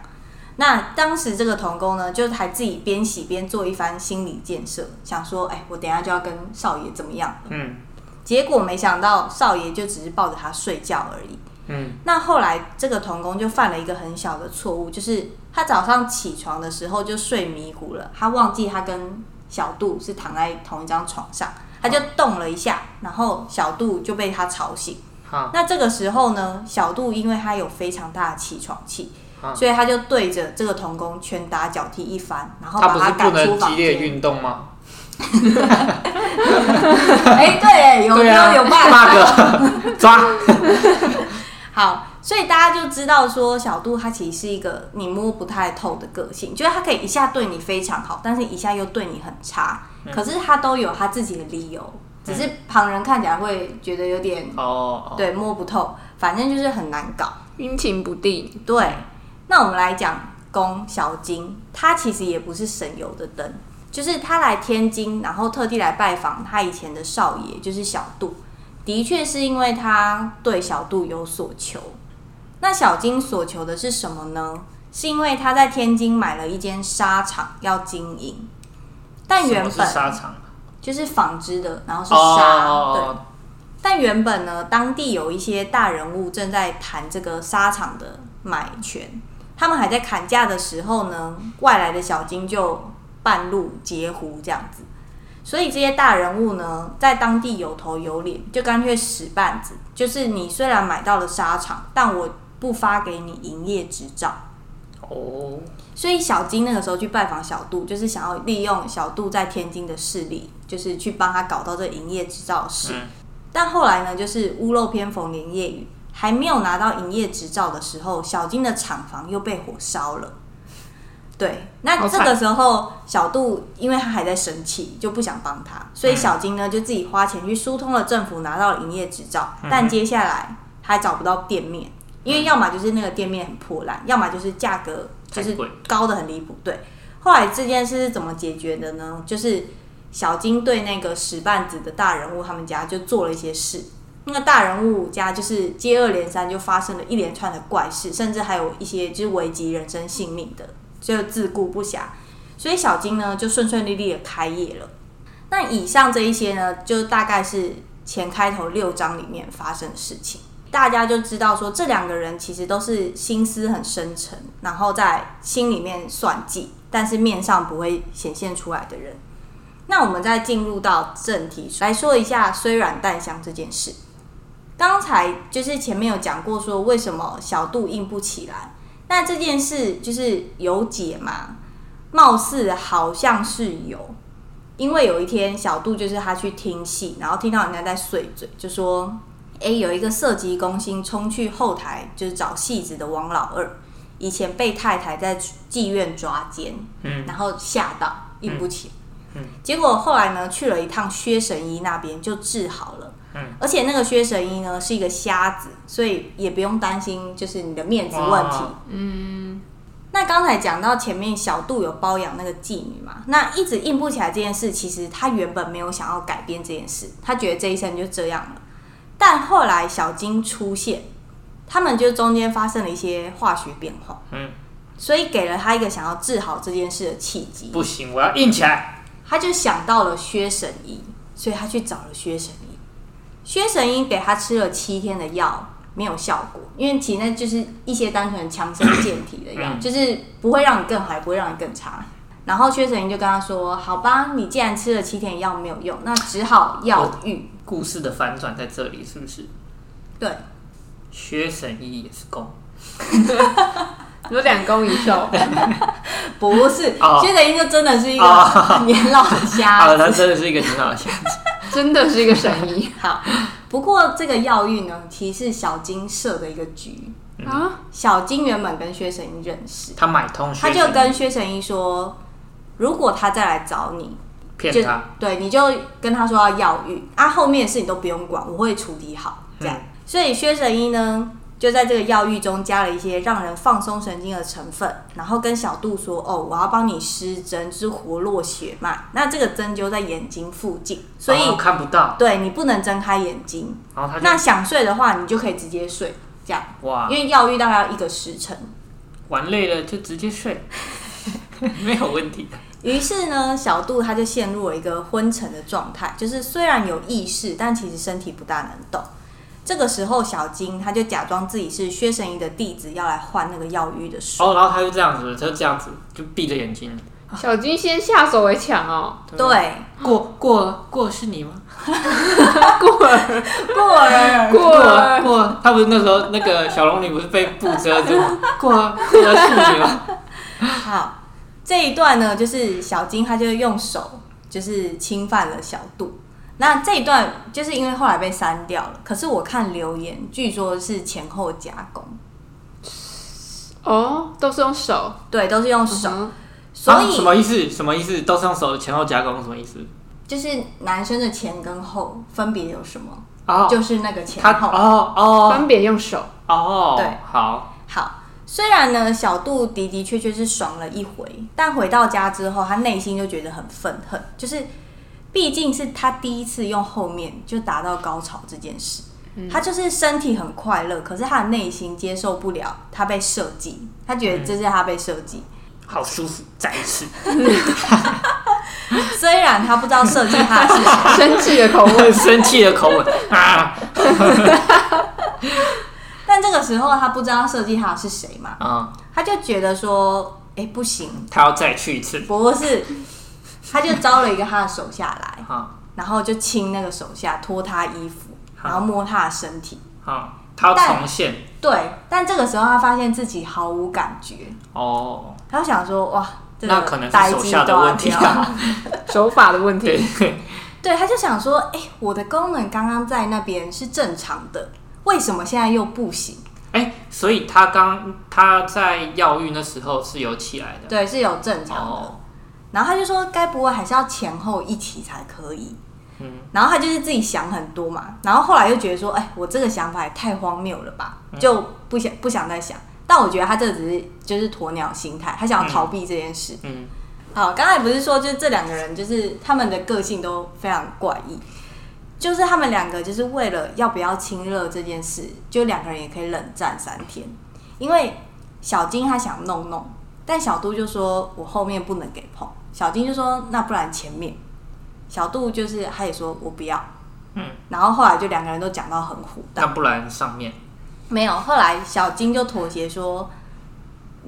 Speaker 1: 那当时这个童工呢，就还自己边洗边做一番心理建设，想说，哎、我等一下就要跟少爷怎么样？
Speaker 3: 嗯
Speaker 1: 结果没想到少爷就只是抱着他睡觉而已。
Speaker 3: 嗯
Speaker 1: 那后来这个童工就犯了一个很小的错误，就是他早上起床的时候就睡迷糊了，他忘记他跟小杜是躺在同一张床上，他就动了一下，然后小杜就被他吵醒。
Speaker 3: 好，
Speaker 1: 那这个时候呢，小杜因为他有非常大的起床气，
Speaker 3: 啊
Speaker 1: 所以他就对着这个童工拳打脚踢一番，然后
Speaker 3: 他
Speaker 1: 把
Speaker 3: 不是
Speaker 1: 赶
Speaker 3: 不
Speaker 1: 出
Speaker 3: 能激
Speaker 1: 房
Speaker 3: 烈
Speaker 1: 间。
Speaker 3: 运动吗？
Speaker 1: 哎、对，有
Speaker 3: 对啊
Speaker 1: 有有办法。
Speaker 3: ，bug 抓，
Speaker 1: 好，所以大家就知道说，小杜他其实是一个你摸不太透的个性，就是他可以一下对你非常好，但是一下又对你很差，可是他都有他自己的理由，只是旁人看起来会觉得有点
Speaker 3: 哦，哦
Speaker 1: 对摸不透，反正就是很难搞。
Speaker 2: 阴晴不定，
Speaker 1: 对，那我们来讲公小金，他其实也不是省油的灯，就是他来天津，然后特地来拜访他以前的少爷，就是小杜，的确是因为他对小杜有所求。那小金所求的是什么呢？是因为他在天津买了一间纱厂要经营，但
Speaker 3: 什
Speaker 1: 原
Speaker 3: 么是
Speaker 1: 本
Speaker 3: 沙场，
Speaker 1: 就是纺织的，然后是纱，对，
Speaker 3: 哦，
Speaker 1: 但原本呢，当地有一些大人物正在谈这个沙场的买权，他们还在砍价的时候呢，外来的小金就半路截胡这样子，所以这些大人物呢，在当地有头有脸，就干脆使绊子，就是你虽然买到了沙场，但我不发给你营业执照。
Speaker 3: 哦，
Speaker 1: 所以小金那个时候去拜访小杜，就是想要利用小杜在天津的势力，就是去帮他搞到这营业执照的事。
Speaker 3: 嗯
Speaker 1: 但后来呢，就是屋漏偏逢连夜雨，还没有拿到营业执照的时候，小金的厂房又被火烧了。对，那
Speaker 2: 好
Speaker 1: 这
Speaker 2: 惨
Speaker 1: 个时候小杜因为他还在生气，就不想帮他，
Speaker 2: 嗯
Speaker 1: 所以小金呢就自己花钱去疏通了政府拿到了营业执照，
Speaker 2: 嗯
Speaker 1: 但接下来他还找不到店面，因为要么就是那个店面很破烂，要么就是价格就是
Speaker 3: 嗯太贵
Speaker 1: 高的很离谱。对，后来这件事是怎么解决的呢？就是小金对那个石bàn子的大人物他们家就做了一些事。那个大人物家就是接二连三就发生了一连串的怪事，甚至还有一些就是危及人身性命的，就自顾不暇。所以小金呢就顺顺利利的开业了。那以上这一些呢，就大概是前开头六章里面发生的事情，大家就知道说这两个人其实都是心思很深沉，然后在心里面算计，但是面上不会显现出来的人。那我们再进入到正题来说一下虽软淡香这件事。刚才就是前面有讲过说为什么小度硬不起来，那这件事就是有解嘛，貌似好像是有。因为有一天，小杜就是他去听戏，然后听到人家在碎嘴，就说：“诶，哎有一个色急攻心冲去后台，就是找戏子的王老二，以前被太太在妓院抓奸，
Speaker 3: 嗯，
Speaker 1: 然后吓到硬不起来。结果后来呢，去了一趟薛神医那边就治好了。
Speaker 3: 嗯
Speaker 1: 而且那个薛神医呢是一个瞎子，所以也不用担心就是你的面子问题。
Speaker 3: 哇
Speaker 1: 那刚才讲到前面小杜有包养那个妓女嘛，那一直硬不起来这件事，其实他原本没有想要改变这件事，他觉得这一生就这样了。但后来小金出现，他们就中间发生了一些化学变化，
Speaker 3: 嗯，
Speaker 1: 所以给了他一个想要治好这件事的契机。
Speaker 3: 不行，我要硬起来。
Speaker 1: 他就想到了薛神医，所以他去找了薛神医。薛神医给他吃了七天的药，没有效果，因为其实那就是一些单纯强身健体的药，
Speaker 3: 嗯
Speaker 1: 就是不会让你更好，也不会让你更差。然后薛神医就跟他说：“好吧，你既然吃了七天的药没有用，那只好药浴。
Speaker 3: 故事的反转在这里，是不是？”
Speaker 1: 对，
Speaker 3: 薛神医也是公，
Speaker 2: 有两公一兽，
Speaker 1: 不是、
Speaker 3: 哦
Speaker 1: 薛神医就真的是一
Speaker 3: 哦
Speaker 1: 个年老的 瞎
Speaker 3: 啊，
Speaker 1: 子。
Speaker 3: 他真的是一个很好的想法。
Speaker 2: 真的是一个神医
Speaker 1: 好，不过这个药浴呢，其实是小金设的一个局。
Speaker 2: 啊！
Speaker 1: 小金原本跟薛神医认识。
Speaker 3: 他买通薛
Speaker 1: 他
Speaker 3: 神医，
Speaker 1: 就跟薛成一说，如果他再来找你，就
Speaker 3: 骗他，
Speaker 1: 对，你就跟他说要药浴，啊，后面的事你都不用管，我会处理好，
Speaker 3: 嗯
Speaker 1: 这样。所以薛成一呢，就在这个药浴中加了一些让人放松神经的成分，然后跟小杜说，哦，我要帮你施针，就是活络血脉，那这个针灸在眼睛附近，所以、
Speaker 3: 然后看不到，
Speaker 1: 对你不能睁开眼睛，
Speaker 3: 然哦后他就啊
Speaker 1: 那想睡的话，你就可以直接睡，这样，
Speaker 3: 哇
Speaker 1: 因，为药浴大概要一个时辰。
Speaker 3: 玩累了就直接睡， 没有问 题的。
Speaker 1: 于是呢，小杜他就陷入了一个昏沉的状态，就是虽然有意识，但其实身体不大能动。这个时候，小金他就假装自己是薛神医的弟子，要来换那个药浴的水。
Speaker 3: 哦，然后他就这样子，他就这样子，就闭着眼睛。
Speaker 2: 小金先下手为强哦，
Speaker 1: 对，
Speaker 3: 过过过是你吗？
Speaker 2: 过儿
Speaker 1: 过儿
Speaker 2: 过儿
Speaker 3: 过儿，他不是那时候那个小龙女不是被布遮住吗？过儿过儿是你吗？
Speaker 1: 好，这一段呢，就是小金他就用手就是侵犯了小杜。那这一段就是因为后来被删掉了，可是我看留言，据说是前后加工，
Speaker 2: 哦，都是用手，
Speaker 1: 对，都是用手，
Speaker 2: 嗯
Speaker 1: 所
Speaker 3: 啊
Speaker 1: 以
Speaker 3: 什么意思？什么意思？都是用手前后夹攻，什么意思？
Speaker 1: 就是男生的前跟后分别有什么？
Speaker 3: 哦，
Speaker 1: 就是那个前
Speaker 3: 他
Speaker 1: 后。
Speaker 3: 哦
Speaker 2: 哼
Speaker 3: 哦
Speaker 2: 分别用手，
Speaker 3: 哦，
Speaker 1: 对，
Speaker 3: 好，
Speaker 1: 好，虽然呢，小杜的的确确是爽了一回，但回到家之后，他内心就觉得很愤恨，就是毕竟是他第一次用后面就达到高潮这件事。他就是身体很快乐，可是他的内心接受不了他被设计，他觉得这是他被设计。
Speaker 3: 好舒服，再一次，
Speaker 1: 虽然他不知道设计他的是谁，
Speaker 2: 生气的口 吻，
Speaker 3: 很生气的 口吻啊
Speaker 1: 但这个时候他不知道设计他的是谁嘛，
Speaker 3: 啊！
Speaker 1: 他就觉得说，哎、不行，
Speaker 3: 他要再去一次
Speaker 1: 不是，他就招了一个他的手下来，
Speaker 3: 啊
Speaker 1: 然后就亲那个手下，脱他衣服，
Speaker 3: 好
Speaker 1: 然后摸他的身体。
Speaker 3: 啊，他要
Speaker 1: 但
Speaker 3: 重现
Speaker 1: 对，但这个时候他发现自己毫无感觉，
Speaker 3: 哦，
Speaker 1: 他就想说哇，这
Speaker 3: 那可
Speaker 1: 个
Speaker 3: 能
Speaker 1: 呆
Speaker 3: 是手
Speaker 1: 鸡
Speaker 3: 下
Speaker 1: 都
Speaker 3: 的
Speaker 1: 要
Speaker 3: 问题
Speaker 1: 掉。
Speaker 3: 啊，
Speaker 2: 手法的问
Speaker 3: 对
Speaker 2: 题，，
Speaker 1: 对，他就想说，哎、我的功能刚刚在那边是正常的，为什么现在又不行？
Speaker 3: 哎、所以他刚他在药浴那时候是有起来的
Speaker 1: 对，是有正常的。
Speaker 3: 哦，
Speaker 1: 然后他就说，该不会还是要前后一起才可以？
Speaker 3: 嗯
Speaker 1: 然后他就是自己想很多嘛，然后后来又觉得说，哎，我这个想法也太荒谬了吧，
Speaker 3: 嗯
Speaker 1: 就不想不想再想。但我觉得他这只是就是鸵鸟心态，他想要逃避这件事。
Speaker 3: 嗯，
Speaker 1: 好，刚才不是说，就是这两个人，就是他们的个性都非常怪异，就是他们两个就是为了要不要亲热这件事，就两个人也可以冷战三天。因为小金他想弄弄，但小杜就说我后面不能给碰，小金就说那不然前面，小杜就是他也说我不要，
Speaker 3: 嗯，
Speaker 1: 然后后来就两个人都讲到很虎
Speaker 3: 那
Speaker 1: 大，
Speaker 3: 不然上面
Speaker 1: 没有，后来小金就妥协说，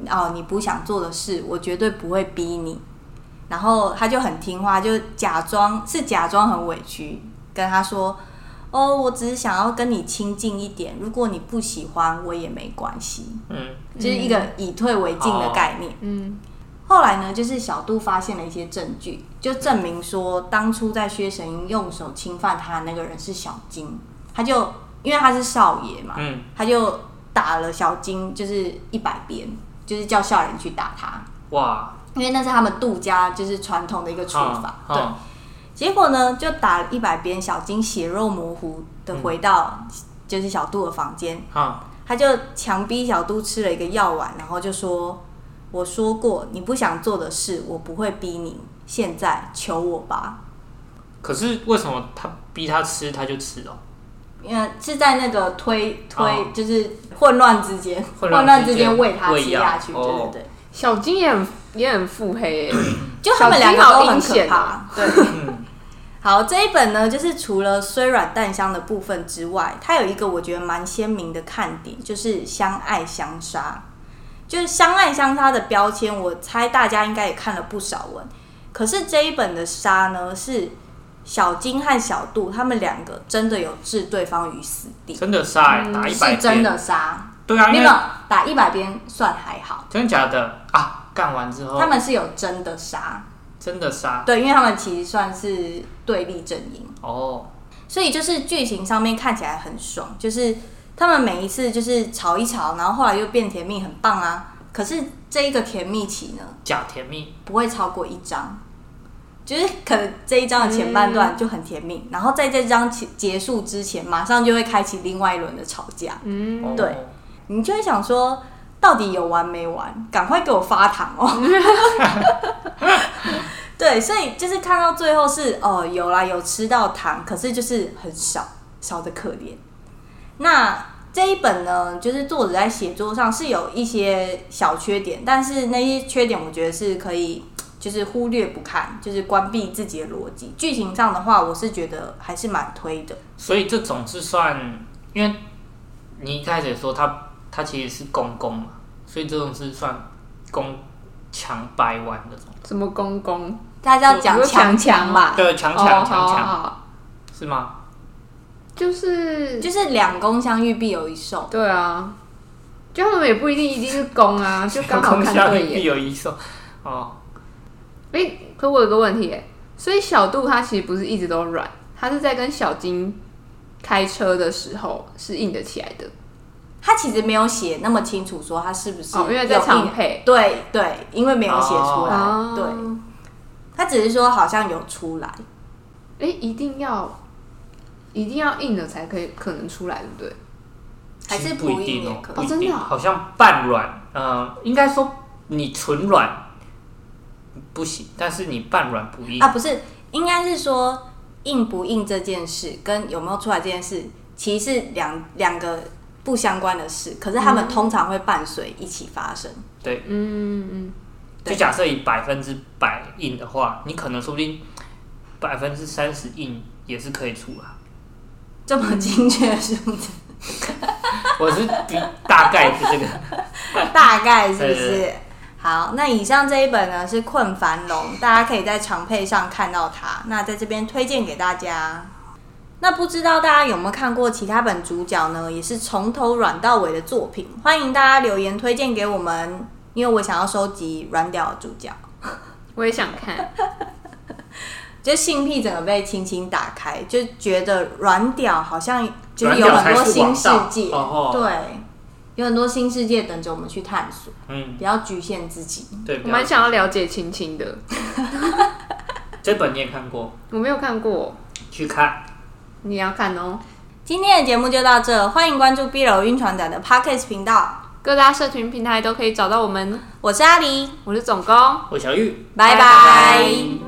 Speaker 1: 哦，你不想做的事，我绝对不会逼你。然后他就很听话，就假装是假装很委屈，跟他说：“哦，我只是想要跟你亲近一点，如果你不喜欢我也没关系。”
Speaker 3: 嗯，
Speaker 1: 就是一个以退为进的概念。
Speaker 2: 嗯，
Speaker 1: 后来呢，就是小杜发现了一些证据，就证明说当初在薛神英用手侵犯他的那个人是小金，他就因为他是少爷嘛，
Speaker 3: 嗯
Speaker 1: 他就打了小金就是一百鞭，就是叫下人去打他，
Speaker 3: 哇，
Speaker 1: 因为那是他们杜家就是传统的一个处罚。
Speaker 3: 嗯
Speaker 1: 对，结果呢，就打了一百鞭，小金血肉模糊的回到就是小杜的房间，
Speaker 3: 嗯
Speaker 1: 他就强逼小杜吃了一个药丸，然后就说：“我说过你不想做的事，我不会逼你。现在求我吧。
Speaker 3: 可是为什么他逼他吃他就吃哦？”
Speaker 1: 因为是在那个推推，
Speaker 3: 哦
Speaker 1: 就是混乱之间，
Speaker 3: 混
Speaker 1: 乱
Speaker 3: 乱之间
Speaker 1: 之间喂他
Speaker 3: 喂
Speaker 1: 吃
Speaker 3: 药
Speaker 1: 下去，对
Speaker 3: 哦
Speaker 1: 对对，
Speaker 2: 小金也很也很腹黑耶，
Speaker 1: 就他们两个都很
Speaker 2: 小
Speaker 1: 可
Speaker 2: 金好阴险
Speaker 1: 怕
Speaker 2: 哦。
Speaker 1: 对，好，这一本呢，就是除了虽软淡香的部分之外，它有一个我觉得蛮鲜明的看点，就是相爱相杀。就是相爱相杀的标签，我猜大家应该也看了不少文。可是这一本的杀呢，是小金和小杜他们两个真的有置对方于死地，
Speaker 3: 真的杀、
Speaker 2: 嗯
Speaker 3: 欸，打一百
Speaker 1: 是
Speaker 3: 遍
Speaker 1: 真的杀。
Speaker 3: 对啊，
Speaker 1: 没
Speaker 3: 因
Speaker 1: 有
Speaker 3: 为
Speaker 1: 打一百边算还好，
Speaker 3: 真的假的啊？干完之后
Speaker 1: 他们是有真的杀。
Speaker 3: 真的杀
Speaker 1: 对，因为他们其实算是对立阵营。
Speaker 3: 哦，
Speaker 1: 所以就是剧情上面看起来很爽，就是他们每一次就是吵一吵，然后后来又变甜蜜，很棒啊。可是这一个甜蜜期呢，
Speaker 3: 假甜蜜
Speaker 1: 不会超过一章，就是可能这一章的前半段就很甜蜜，然后在这章结结束之前，马上就会开启另外一轮的吵架，
Speaker 2: 嗯，
Speaker 3: 哦
Speaker 1: 对你就会想说。到底有完没完？赶快给我发糖 哦！对，所以就是看到最后是哦，有啦，有吃到糖，可是就是很少，少的可怜。那这一本呢，就是作者在写作上是有一些小缺点，但是那些缺点我觉得是可以就是忽略不看，就是关闭自己的逻辑。剧情上的话，我是觉得还是蛮推的。
Speaker 3: 所以这种是算，因为你一开始也说他他其实是公公嘛，所以这种是算公强掰弯的这种，
Speaker 2: 什么公公
Speaker 1: 大家要讲
Speaker 2: 有
Speaker 1: 强
Speaker 2: 强
Speaker 1: 强吧，
Speaker 3: 对，强强
Speaker 2: 哦
Speaker 3: 强
Speaker 2: 好
Speaker 3: 强
Speaker 2: 好好
Speaker 3: 是吗？
Speaker 2: 就是
Speaker 1: 就是两公相遇必有一受。
Speaker 2: 对啊，就他们也不一定一定是公啊，就刚好
Speaker 3: 公
Speaker 2: 看
Speaker 3: 下
Speaker 2: 对
Speaker 3: 必
Speaker 2: 眼。
Speaker 3: 有一手哦，
Speaker 2: 哎、可我有个问题耶，所以小杜他其实不是一直都软，他是在跟小金开车的时候是硬得起来的，
Speaker 1: 他其实没有写那么清楚，说他是不是
Speaker 2: 哦因为在
Speaker 1: 有
Speaker 2: 唱
Speaker 1: 硬
Speaker 2: 配
Speaker 1: 对对，因为没有写出来，
Speaker 2: 哦
Speaker 1: 对，他只是说好像有出来，
Speaker 2: 哎、一定要一定要硬了才可以可能出来，对不对？
Speaker 1: 还
Speaker 3: 其
Speaker 1: 是
Speaker 3: 实不一
Speaker 1: 硬
Speaker 3: 定
Speaker 1: 也
Speaker 3: 哦，
Speaker 1: 可
Speaker 3: 不
Speaker 1: 以。
Speaker 3: 一
Speaker 2: 哦真的
Speaker 3: 定，
Speaker 2: 哦
Speaker 3: 好像半软，呃，应该说你纯软不行，但是你半软不硬
Speaker 2: 嗯
Speaker 1: 啊，不是，应该是说硬不硬这件事跟有没有出来这件事，其实是两两个不相关的事，可是他们通常会伴随一起发生。
Speaker 3: 对，
Speaker 2: 嗯嗯，
Speaker 1: 对
Speaker 3: 就假设以百分之百硬的话，你可能说不定百分之三十硬也是可以出啊 来。
Speaker 1: 这么精确的数字，
Speaker 3: 我是比大概是这个，
Speaker 1: 大概是不
Speaker 3: 对对
Speaker 1: 是？好，那以上这一本呢是《困繁龙》，大家可以在常配上看到它。那在这边推荐给大家。那不知道大家有没有看过其他本主角呢？也是从头软到尾的作品，欢迎大家留言推荐给我们，因为我想要收集软屌的主角，
Speaker 2: 我也想 看，
Speaker 1: 就性癖整个被轻轻打开，就觉得软屌好像就是
Speaker 3: 软
Speaker 1: 有
Speaker 3: 屌
Speaker 1: 很
Speaker 3: 才
Speaker 1: 多
Speaker 3: 是
Speaker 1: 新
Speaker 3: 王
Speaker 1: 世
Speaker 3: 道
Speaker 1: 界，
Speaker 3: 哦哦
Speaker 1: 对，有很多新世界等着我们去探索，
Speaker 3: 嗯，
Speaker 1: 不要局限自己。
Speaker 3: 对，
Speaker 2: 我
Speaker 3: 比较
Speaker 2: 蛮想要了解青青的，
Speaker 3: 这本你也看过，
Speaker 2: 我没有看过，
Speaker 3: 去看，
Speaker 2: 你要看哦。
Speaker 1: 今天的节目就到这，欢迎关注 B 楼晕船仔的 Podcast 频道，
Speaker 2: 各大社群平台都可以找到我们。
Speaker 1: 我是阿狸，
Speaker 2: 我是总工。
Speaker 3: 我小玉。
Speaker 1: 拜
Speaker 2: 拜
Speaker 1: 拜
Speaker 2: 拜